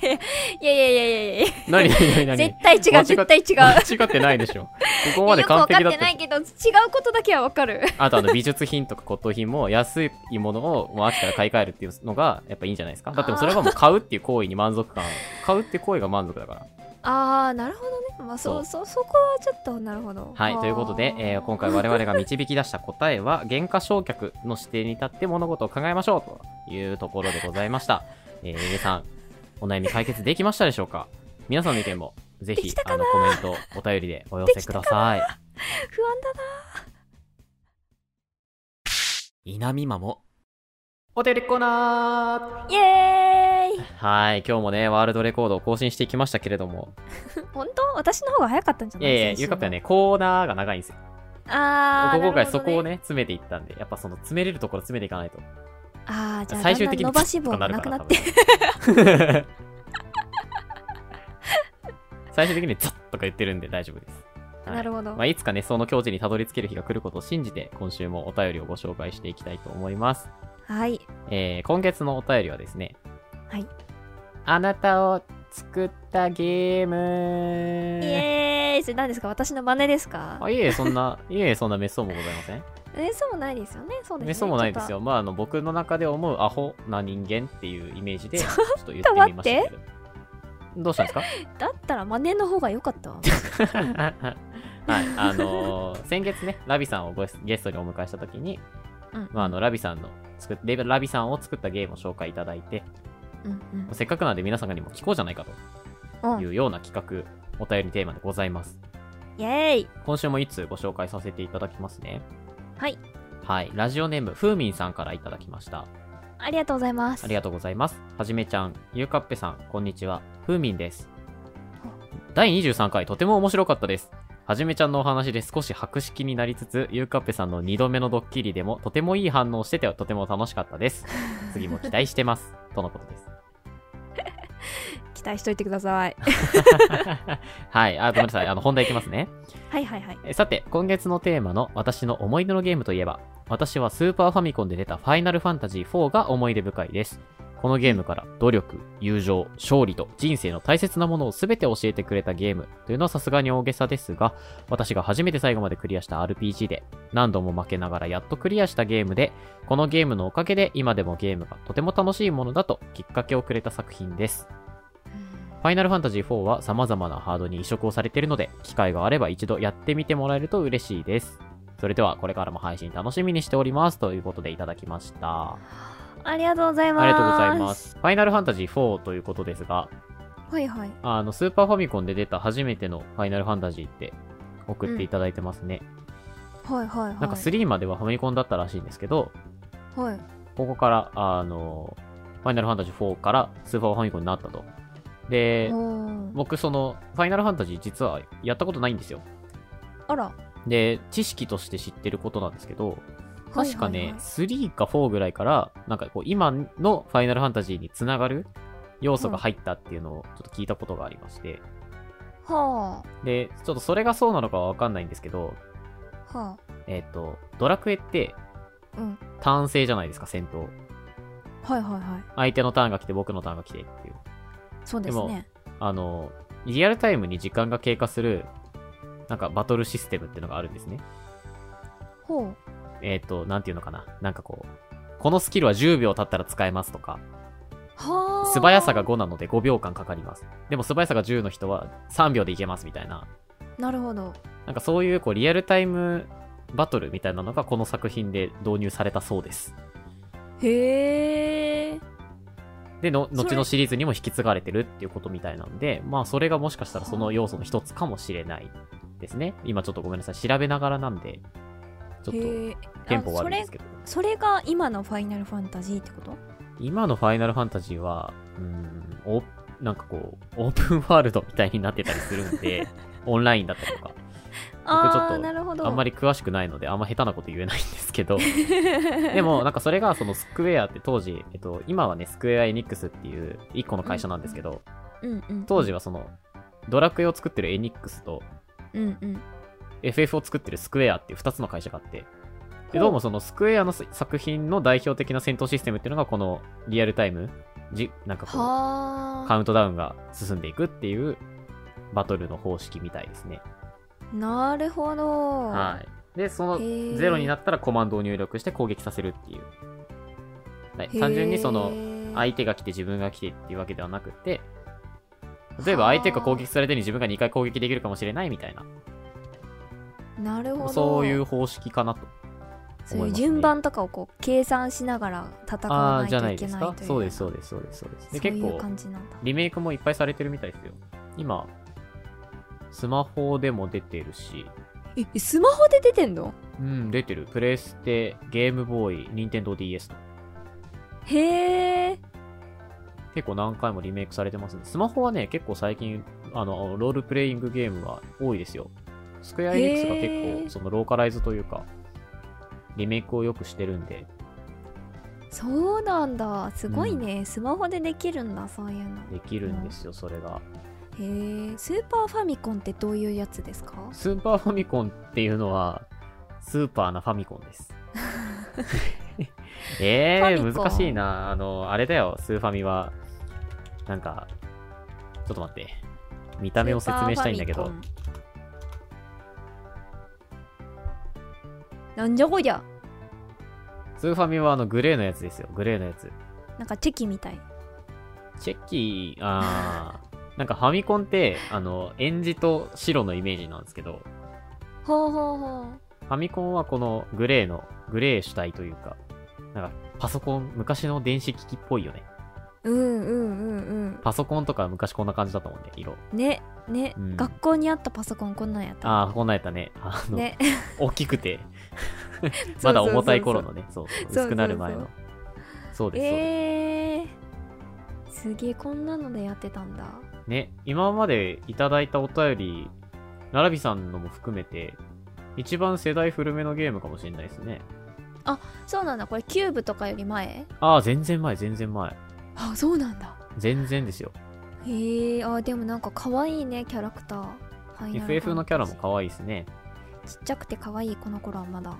Speaker 2: やいやいやいやいやいやいや
Speaker 1: 何何何何
Speaker 2: 絶対違う絶対違う
Speaker 1: 間違ってないでしょ。ここまで
Speaker 2: よく
Speaker 1: 完
Speaker 2: わかっ
Speaker 1: 璧だってた
Speaker 2: な
Speaker 1: し
Speaker 2: い。けど違うことだけはわかる
Speaker 1: あとあの美術品とか骨董品も安いものをもう飽きたら買い替えるっていうのがやっぱいいんじゃないですか。だってもうそれはもう買うっていう行為に満足感。買うって行為が満足だから。
Speaker 2: ああなるほどねまあそうそうそこはちょっとなるほど
Speaker 1: はい。ということで、えー今回我々が導き出した答えは、原価償却の視点に立って物事を考えましょうというところでございました。えー、皆さん、お悩み解決できましたでしょうか皆さんの意見も、ぜ
Speaker 2: で
Speaker 1: ひ
Speaker 2: きた、
Speaker 1: あの、コメント、お便りでお寄せください。
Speaker 2: 不安だな
Speaker 1: 稲見まも。お便りコーナー
Speaker 2: イエーイ
Speaker 1: はい、今日もね、ワールドレコードを更新していきましたけれども、
Speaker 2: 本当私の方が早かったんじゃ
Speaker 1: い
Speaker 2: ない
Speaker 1: やいや、
Speaker 2: 先週
Speaker 1: ゆ
Speaker 2: の
Speaker 1: かぴはね、コーナーが長いんですよ。
Speaker 2: ああ
Speaker 1: 僕今回そこをね、詰めていったんで、やっぱその詰めれるところ詰めていかないと。
Speaker 2: ああじゃあ
Speaker 1: 最終的に
Speaker 2: だんだん伸ばし棒がなくなって
Speaker 1: ツッとなるから多分最終的にザッとか言ってるんで大丈夫です。はい
Speaker 2: なるほど
Speaker 1: まあ、いつかね、その境地にたどり着ける日が来ることを信じて、今週もお便りをご紹介していきたいと思います。
Speaker 2: はい
Speaker 1: えー今月のお便りはですね、
Speaker 2: はい。
Speaker 1: あなたを作ったゲーム
Speaker 2: イエーイそれ何ですか私の真似ですか
Speaker 1: あいえいえ、そんな、いえいえ、そんな滅相もございません。
Speaker 2: えそうもないですよねそうですね
Speaker 1: 滅相もないです
Speaker 2: ちょっ
Speaker 1: よ。まあ、あの、僕の中で思うアホな人間っていうイメージで、 ち
Speaker 2: ち
Speaker 1: ょ
Speaker 2: ょ
Speaker 1: っと言ってみましたけど。どうしたんですか
Speaker 2: とだったら真似の方が良かったわ
Speaker 1: はい。あのー先月ね、ラビさんをごゲストにお迎えしたときに、
Speaker 2: うん
Speaker 1: まあ、あの、ラビさんの作っ、レラビさんを作ったゲームを紹介いただいて、
Speaker 2: うん
Speaker 1: せっかくなんで皆さんにも聞こうじゃないか
Speaker 2: うん
Speaker 1: と
Speaker 2: う
Speaker 1: い
Speaker 2: ん
Speaker 1: うような企画、お便りテーマでございます。
Speaker 2: イエーイ
Speaker 1: 今週も一通ご紹介させていただきますね。
Speaker 2: はい
Speaker 1: はい。ラジオネーム、ふーみんさんからいただきました。
Speaker 2: ありがとうございます
Speaker 1: ありがとうございます。はじめちゃん、ゆうかっぺさん、こんにちは。ふーみんです。第23回、とても面白かったです。はじめちゃんのお話で少し白色になりつつ、ゆうかっぺさんの2度目のドッキリでも、とてもいい反応をしてて、とても楽しかったです。次も期待してます。とのことです。
Speaker 2: 期待しといてくだ さい
Speaker 1: はい。あ、ごめんなさい。あの、本題いきますね。
Speaker 2: はいはいはい
Speaker 1: えさて、今月のテーマの私の思い出のゲームといえば、私はスーパーファミコンで出たファイナルファンタジー4が思い出深いです。このゲームから努力、友情、勝利と人生の大切なものを全て教えてくれたゲームというのはさすがに大げさですが、私が初めて最後までクリアした RPG で何度も負けながらやっとクリアしたゲームで、このゲームのおかげで今でもゲームがとても楽しいものだときっかけをくれた作品です。ファイナルファンタジー4は様々なハードに移植をされているので、機会があれば一度やってみてもらえると嬉しいです。それでは、これからも配信楽しみにしております。ということでいただきました。あ
Speaker 2: ありがとうござい
Speaker 1: り
Speaker 2: ます
Speaker 1: がとうございます。ファイナルファンタジー4ということですが、
Speaker 2: はいはい
Speaker 1: あの、スーパーファミコンで出た初めてのファイナルファンタジーって送っていただいてますね。
Speaker 2: はいはいはい
Speaker 1: なんか3まではファミコンだったらしいんですけど、
Speaker 2: はい
Speaker 1: ここから、あの、ファイナルファンタジー4からスーパーファミコンになったと。で、
Speaker 2: おー
Speaker 1: 僕その、ファイナルファンタジー実はやったことないんですよ。
Speaker 2: あら
Speaker 1: で、知識として知ってることなんですけど、確かね、
Speaker 2: はいはいはい
Speaker 1: 3か4ぐらいから、なんかこう、今のファイナルファンタジーにつながる要素が入ったっていうのをちょっと聞いたことがありまして、
Speaker 2: は
Speaker 1: で、ちょっとそれがそうなのかはわかんないんですけど、
Speaker 2: あは
Speaker 1: えっ、と、ドラクエって、
Speaker 2: あうん
Speaker 1: ターン制じゃないですか、戦闘。
Speaker 2: はいはいはい
Speaker 1: 相手のターンが来て、僕のターンが来てっていう。
Speaker 2: そうです
Speaker 1: でも
Speaker 2: ね
Speaker 1: あの、リアルタイムに時間が経過する、なんかバトルシステムっていうのがあるんですね。
Speaker 2: ほう
Speaker 1: えっ、と、なんていうのかな。なんかこう、このスキルは10秒経ったら使えますとか、
Speaker 2: はあ
Speaker 1: 素早さが5なので5秒間かかります。でも素早さが10の人は3秒でいけますみたいな。
Speaker 2: なるほど
Speaker 1: なんかそういうこうリアルタイムバトルみたいなのがこの作品で導入されたそうです。
Speaker 2: へえ
Speaker 1: で、の、
Speaker 2: そ
Speaker 1: 後
Speaker 2: れ
Speaker 1: のシリーズにも引き継がれてるっていうことみたいなんで、まあそれがもしかしたらその要素の一つかもしれないですね。今ちょっとごめんなさい。調べながらなんで、ちょっと
Speaker 2: へえ
Speaker 1: テンポ悪いんで
Speaker 2: あ
Speaker 1: すけど。
Speaker 2: それそれが今のファイナルファンタジーってこと
Speaker 1: 今のファイナルファンタジーは、うーん、お、なんかこう、オープンワールドみたいになってたりするん で、オンラインだったりとか、
Speaker 2: あ
Speaker 1: ちょっと
Speaker 2: ーなるほど
Speaker 1: あ んまり詳しくないので、あんま下手なこと言えないんですけど、 でも、なんかそれが、そのスクエアって当時、えっと、今はね、スクエアエニックスっていう一個の会社なんですけど、
Speaker 2: うんうん
Speaker 1: 当時はその、ドラクエを作ってるエニックスと、
Speaker 2: うんうん
Speaker 1: FF を作ってるスクエアっていう2つの会社があって、
Speaker 2: ほう
Speaker 1: でどうもそのスクエアの作品の代表的な戦闘システムっていうのが、このリアルタイム、じなんかこう、
Speaker 2: は
Speaker 1: カウントダウンが進んでいくっていうバトルの方式みたいですね。
Speaker 2: あなるほど
Speaker 1: はい。で、その
Speaker 2: い
Speaker 1: ゼロになったらコマンドを入力して攻撃させるっていう。はい、単純にその相手が来て自分が来てっていうわけではなくて、例えば相手が攻撃されてるのに自分が2回攻撃できるかもしれないみたいな、
Speaker 2: なるほど
Speaker 1: そういう方式かなと。
Speaker 2: そういう順番とかをこう計算しながら戦
Speaker 1: あ
Speaker 2: わ
Speaker 1: あー、
Speaker 2: ない
Speaker 1: じ
Speaker 2: と
Speaker 1: ゃない
Speaker 2: いけ
Speaker 1: です
Speaker 2: ない
Speaker 1: か。
Speaker 2: という
Speaker 1: そうです、そうです、そうです、そうです。で、
Speaker 2: そう
Speaker 1: 結
Speaker 2: いう
Speaker 1: 構、
Speaker 2: 感じなんだ
Speaker 1: リメイクもいっぱいされてるみたいですよ。今、スマホでも出てるし、
Speaker 2: えスマホで出てんの
Speaker 1: うん、出てる。プレステ、ゲームボーイ、ニンテンドー DS と。
Speaker 2: へえ
Speaker 1: 結構何回もリメイクされてますね。スマホはね、結構最近、あの、ロールプレイングゲームが多いですよ。スクエアエニックスが
Speaker 2: へー
Speaker 1: 結構、そのローカライズというか、リメイクをよくしてるんで、
Speaker 2: そうなんだすごいね、スマホでできるんだそういうの
Speaker 1: できるんですよ、それが。
Speaker 2: へえスーパーファミコンってどういうやつですか
Speaker 1: スーパーファミコンっていうのは、スーパーなファミコン です。え
Speaker 2: ファ
Speaker 1: ー、
Speaker 2: ミコン
Speaker 1: 難しいな。あの、あれだよ、スーファミは。なんか、ちょっと待って。見た目を説明したいんだけ
Speaker 2: スーパ
Speaker 1: ど
Speaker 2: ーファ。ミコンなんじゃこりゃ
Speaker 1: スーファミはあの、グレーのやつですよ、グレーのやつ。
Speaker 2: なんかチェキみたい
Speaker 1: チェッキー、あー。なんかファミコンって、あの、エンジと白のイメージなんですけど、
Speaker 2: ほうほうほう
Speaker 1: ファミコンはこのグレーの、グレー主体というか、なんか、パソコン、昔の電子機器っぽいよね。
Speaker 2: うんうんうん
Speaker 1: パソコンとか昔こんな感じだったもんね、色。
Speaker 2: うんねね、
Speaker 1: うん
Speaker 2: 学校にあったパソコンこんなんやった
Speaker 1: ああ、こんなんやったね。あの、
Speaker 2: ね
Speaker 1: 大きく て、
Speaker 2: そうそうそうそ
Speaker 1: ま
Speaker 2: う
Speaker 1: だ重たい 頃のね、そうそう
Speaker 2: そうそうそう
Speaker 1: 薄くなる前の。そうです、そうです。
Speaker 2: えー、すげえこんなのでやってたんだ
Speaker 1: ね、今までいただいたお便り、ならびさんのも含めて、一番世代古めのゲームかもしれないですね。
Speaker 2: そうなんだこれキューブとかより前
Speaker 1: ああ、全然前、全然前。
Speaker 2: あそうなんだ
Speaker 1: 全然ですよ。
Speaker 2: へえー、あでもなんか可愛いねキャラクターファイナル
Speaker 1: FF のキャラも
Speaker 2: 愛
Speaker 1: 可愛いですね。
Speaker 2: いちっちゃくて可愛いこの頃はまだ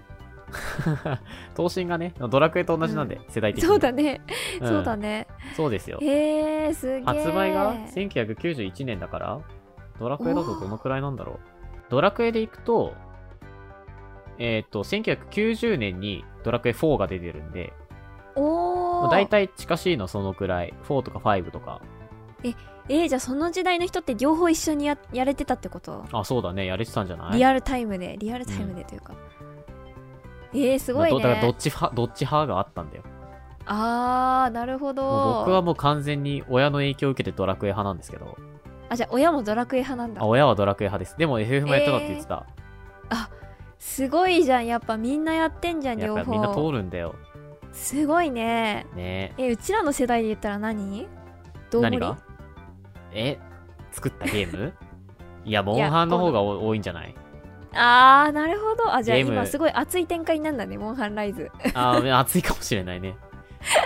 Speaker 1: 頭身がね、ドラクエと同じなんで、
Speaker 2: う
Speaker 1: 世代的に。
Speaker 2: そうだね、
Speaker 1: うん
Speaker 2: そうだね
Speaker 1: そうですよ。
Speaker 2: へえー、すげえ
Speaker 1: 発売が1991年だから、ドラクエだとどのくらいなんだろう。ドラクエで行くと、えっ、と、1990年にドラクエ4が出てるんで、
Speaker 2: おお
Speaker 1: だいたい近しいのはそのくらい。4とか5とか。
Speaker 2: えー、じゃあその時代の人って両方一緒にややれてたってこと
Speaker 1: あ、そうだね。やれてたんじゃない
Speaker 2: リアルタイムでリアルタイムでというか、えー、すごい
Speaker 1: ど
Speaker 2: ね
Speaker 1: だからどっち派、どっち派があったんだよ。
Speaker 2: あーなるほど
Speaker 1: もう僕はもう完全に親の影響を受けてドラクエ派なんですけど、
Speaker 2: あじゃあ親もドラクエ派なん
Speaker 1: あ
Speaker 2: だ
Speaker 1: 親はドラクエ派です。でも FF もやってたって言ってた。
Speaker 2: すごいじゃんやっぱみんなやってんじゃん
Speaker 1: や
Speaker 2: 両
Speaker 1: っぱ
Speaker 2: 方
Speaker 1: みんな通るんだよ。
Speaker 2: すごいね
Speaker 1: ね
Speaker 2: えうちらの世代で言ったら何どう
Speaker 1: 何がえ作ったゲー ムいや、モン
Speaker 2: や
Speaker 1: ハンの
Speaker 2: どう
Speaker 1: 方が多多いんじゃない
Speaker 2: あーなるほどあじゃあ
Speaker 1: ゲーム
Speaker 2: 今すごい熱い展開になるんだねモンハンライズ
Speaker 1: あー熱いかもしれない ね。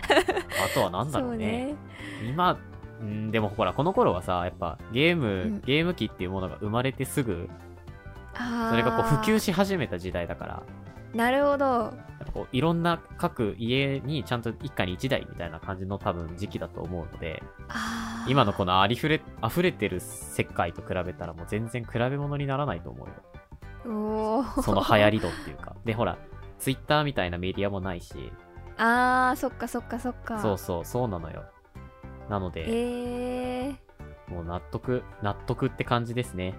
Speaker 1: あとは何だろうね。今、うん、でもほら、この頃はさ、やっぱゲーム、
Speaker 2: うん
Speaker 1: ゲーム機っていうものが生まれてすぐ、
Speaker 2: あー
Speaker 1: それがこう普及し始めた時代だから、
Speaker 2: なるほど
Speaker 1: やっぱこういろんな各家にちゃんと一家に一台みたいな感じの多分時期だと思うので、
Speaker 2: あー
Speaker 1: 今のこのありふれ、溢れてる世界と比べたらもう全然比べ物にならないと思 うよ。
Speaker 2: おー
Speaker 1: その流行り度っていうか。で、ほら、ツイッターみたいなメディアもないし、
Speaker 2: あーそっかそっかそっか
Speaker 1: そうそう、そうなのよ。なので、
Speaker 2: えー
Speaker 1: もう納得、納得って感じですね。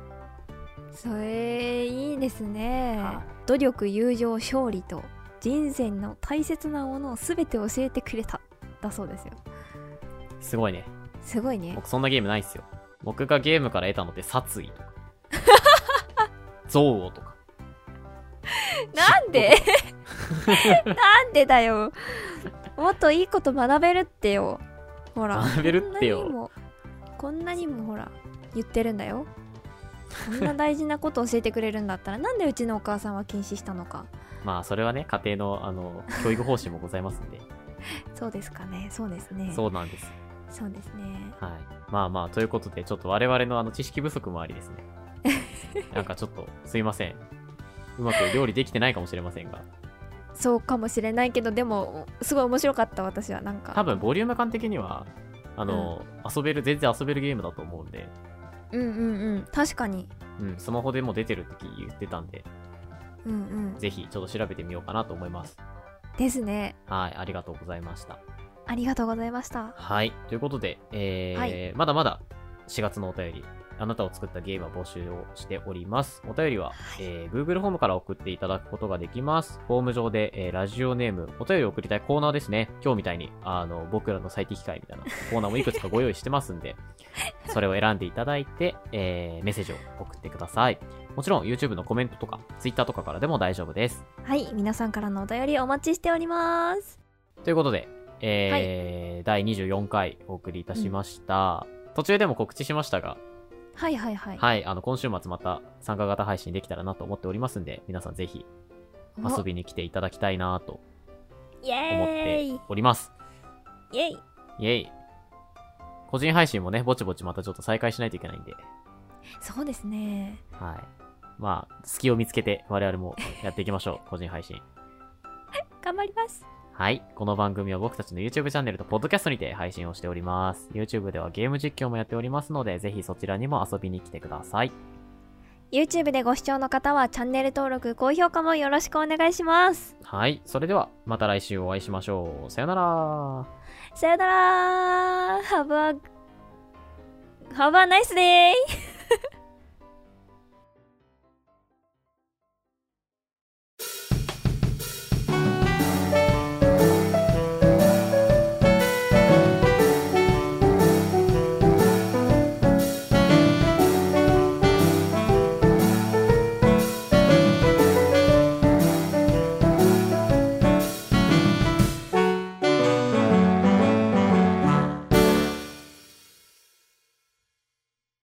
Speaker 2: それいいですね
Speaker 1: は
Speaker 2: 努力友情勝利と人生の大切なものを全て教えてくれただそうですよ
Speaker 1: すごいね。
Speaker 2: すごいね
Speaker 1: 僕そんなゲームないっすよ。僕がゲームから得たのって殺意と か。憎悪とか。
Speaker 2: なんで なんでだよもっといいこと学べるってよほら
Speaker 1: 学べるってよ
Speaker 2: こんなにもこんなにもほら言ってるんだよこんな大事なこと教えてくれるんだったらなんでうちのお母さんは禁止したのか
Speaker 1: まあ、それはね、家庭の、あの、教育方針もござい ますんで。
Speaker 2: そうですかねそうですね
Speaker 1: そうなんです。
Speaker 2: そうですね
Speaker 1: はい。まあまあ、ということで、ちょっと我々のあの、知識不足もありですね。なんかちょっと、すいません。うまく料理できてないかもしれませんが。
Speaker 2: そうかもしれないけどでもすごい面白かった私はなんか
Speaker 1: 多分、ボリューム感的には、あの、遊べる、全然遊べるゲームだと思うんで、
Speaker 2: うんうんうん確かに
Speaker 1: うん、スマホでも出てるって言ってたんで、
Speaker 2: うんうん
Speaker 1: ぜひ、ちょっと調べてみようかなと思います。
Speaker 2: ですね
Speaker 1: はい、ありがとうございました。
Speaker 2: ありがとうございました
Speaker 1: はい、ということで、えー
Speaker 2: は
Speaker 1: まだまだ4月のお便り、あなたを作ったゲームは募集をしております。お便りは、えー Google フォームから送っていただくことができます。フォーム上で、えーラジオネーム、お便りを送りたいコーナーですね。今日みたいに、あの、僕らの最適解みたいな コーナーもいくつかご用意してますんで、それを選んでいただいて、えーメッセージを送ってください。もちろん、YouTube のコメントとか、Twitter とかからでも大丈夫です。
Speaker 2: はい皆さんからのお便りお待ちしております
Speaker 1: ということで、えー第24回お送りいたしました。途中でも告知しましたが、
Speaker 2: はいはいはい、
Speaker 1: はい、あの、今週末また参加型配信できたらなと思っておりますんで、皆さんぜひ
Speaker 2: お
Speaker 1: 遊びに来ていただきたいなと
Speaker 2: イエ
Speaker 1: 思っ
Speaker 2: ーイ
Speaker 1: ております。
Speaker 2: イエイ
Speaker 1: イェイ。個人配信もね、ぼちぼちまたちょっと再開しないといけないんで、
Speaker 2: そうですね
Speaker 1: はい。まあ、隙を見つけて我々もやっていきまし ょう。個人配信。
Speaker 2: 頑張ります
Speaker 1: はい。この番組は僕たちの YouTube チャンネルと Podcast にて配信をしております。YouTube ではゲーム実況もやっておりますので、ぜひそちらにも遊びに来てください。
Speaker 2: YouTube でご視聴の方はチャンネル登録高評価もよろしくお願いします
Speaker 1: はい。それでは、また来週お会いしましょう。さよなら。
Speaker 2: さよなら Have a Have a nice day